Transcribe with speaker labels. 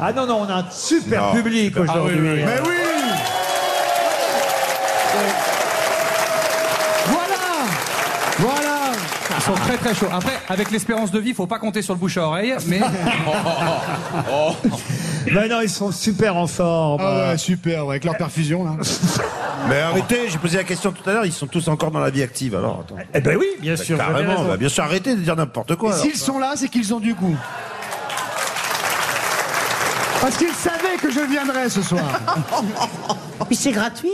Speaker 1: Ah non, non, on a un super
Speaker 2: Non.
Speaker 1: public aujourd'hui.
Speaker 3: oui, oui, oui.
Speaker 2: Mais oui
Speaker 3: Voilà Voilà Ils sont très très chauds. Après, avec l'espérance de vie, faut pas compter sur le bouche à oreille, mais
Speaker 1: Mais non, ils sont super en forme.
Speaker 4: Ah ouais, super, ouais, avec leur perfusion là.
Speaker 2: Mais arrêtez, j'ai posé la question tout à l'heure, ils sont tous encore dans la vie active, alors attends.
Speaker 1: Eh ben oui, bien sûr. vous avez
Speaker 2: Carrément,
Speaker 1: raison.
Speaker 2: bah, bien sûr, arrêtez de dire n'importe quoi. alors.
Speaker 4: S'ils sont là, c'est qu'ils ont du goût. Parce qu'ils savaient que je viendrais ce soir.
Speaker 5: Puis c'est gratuit.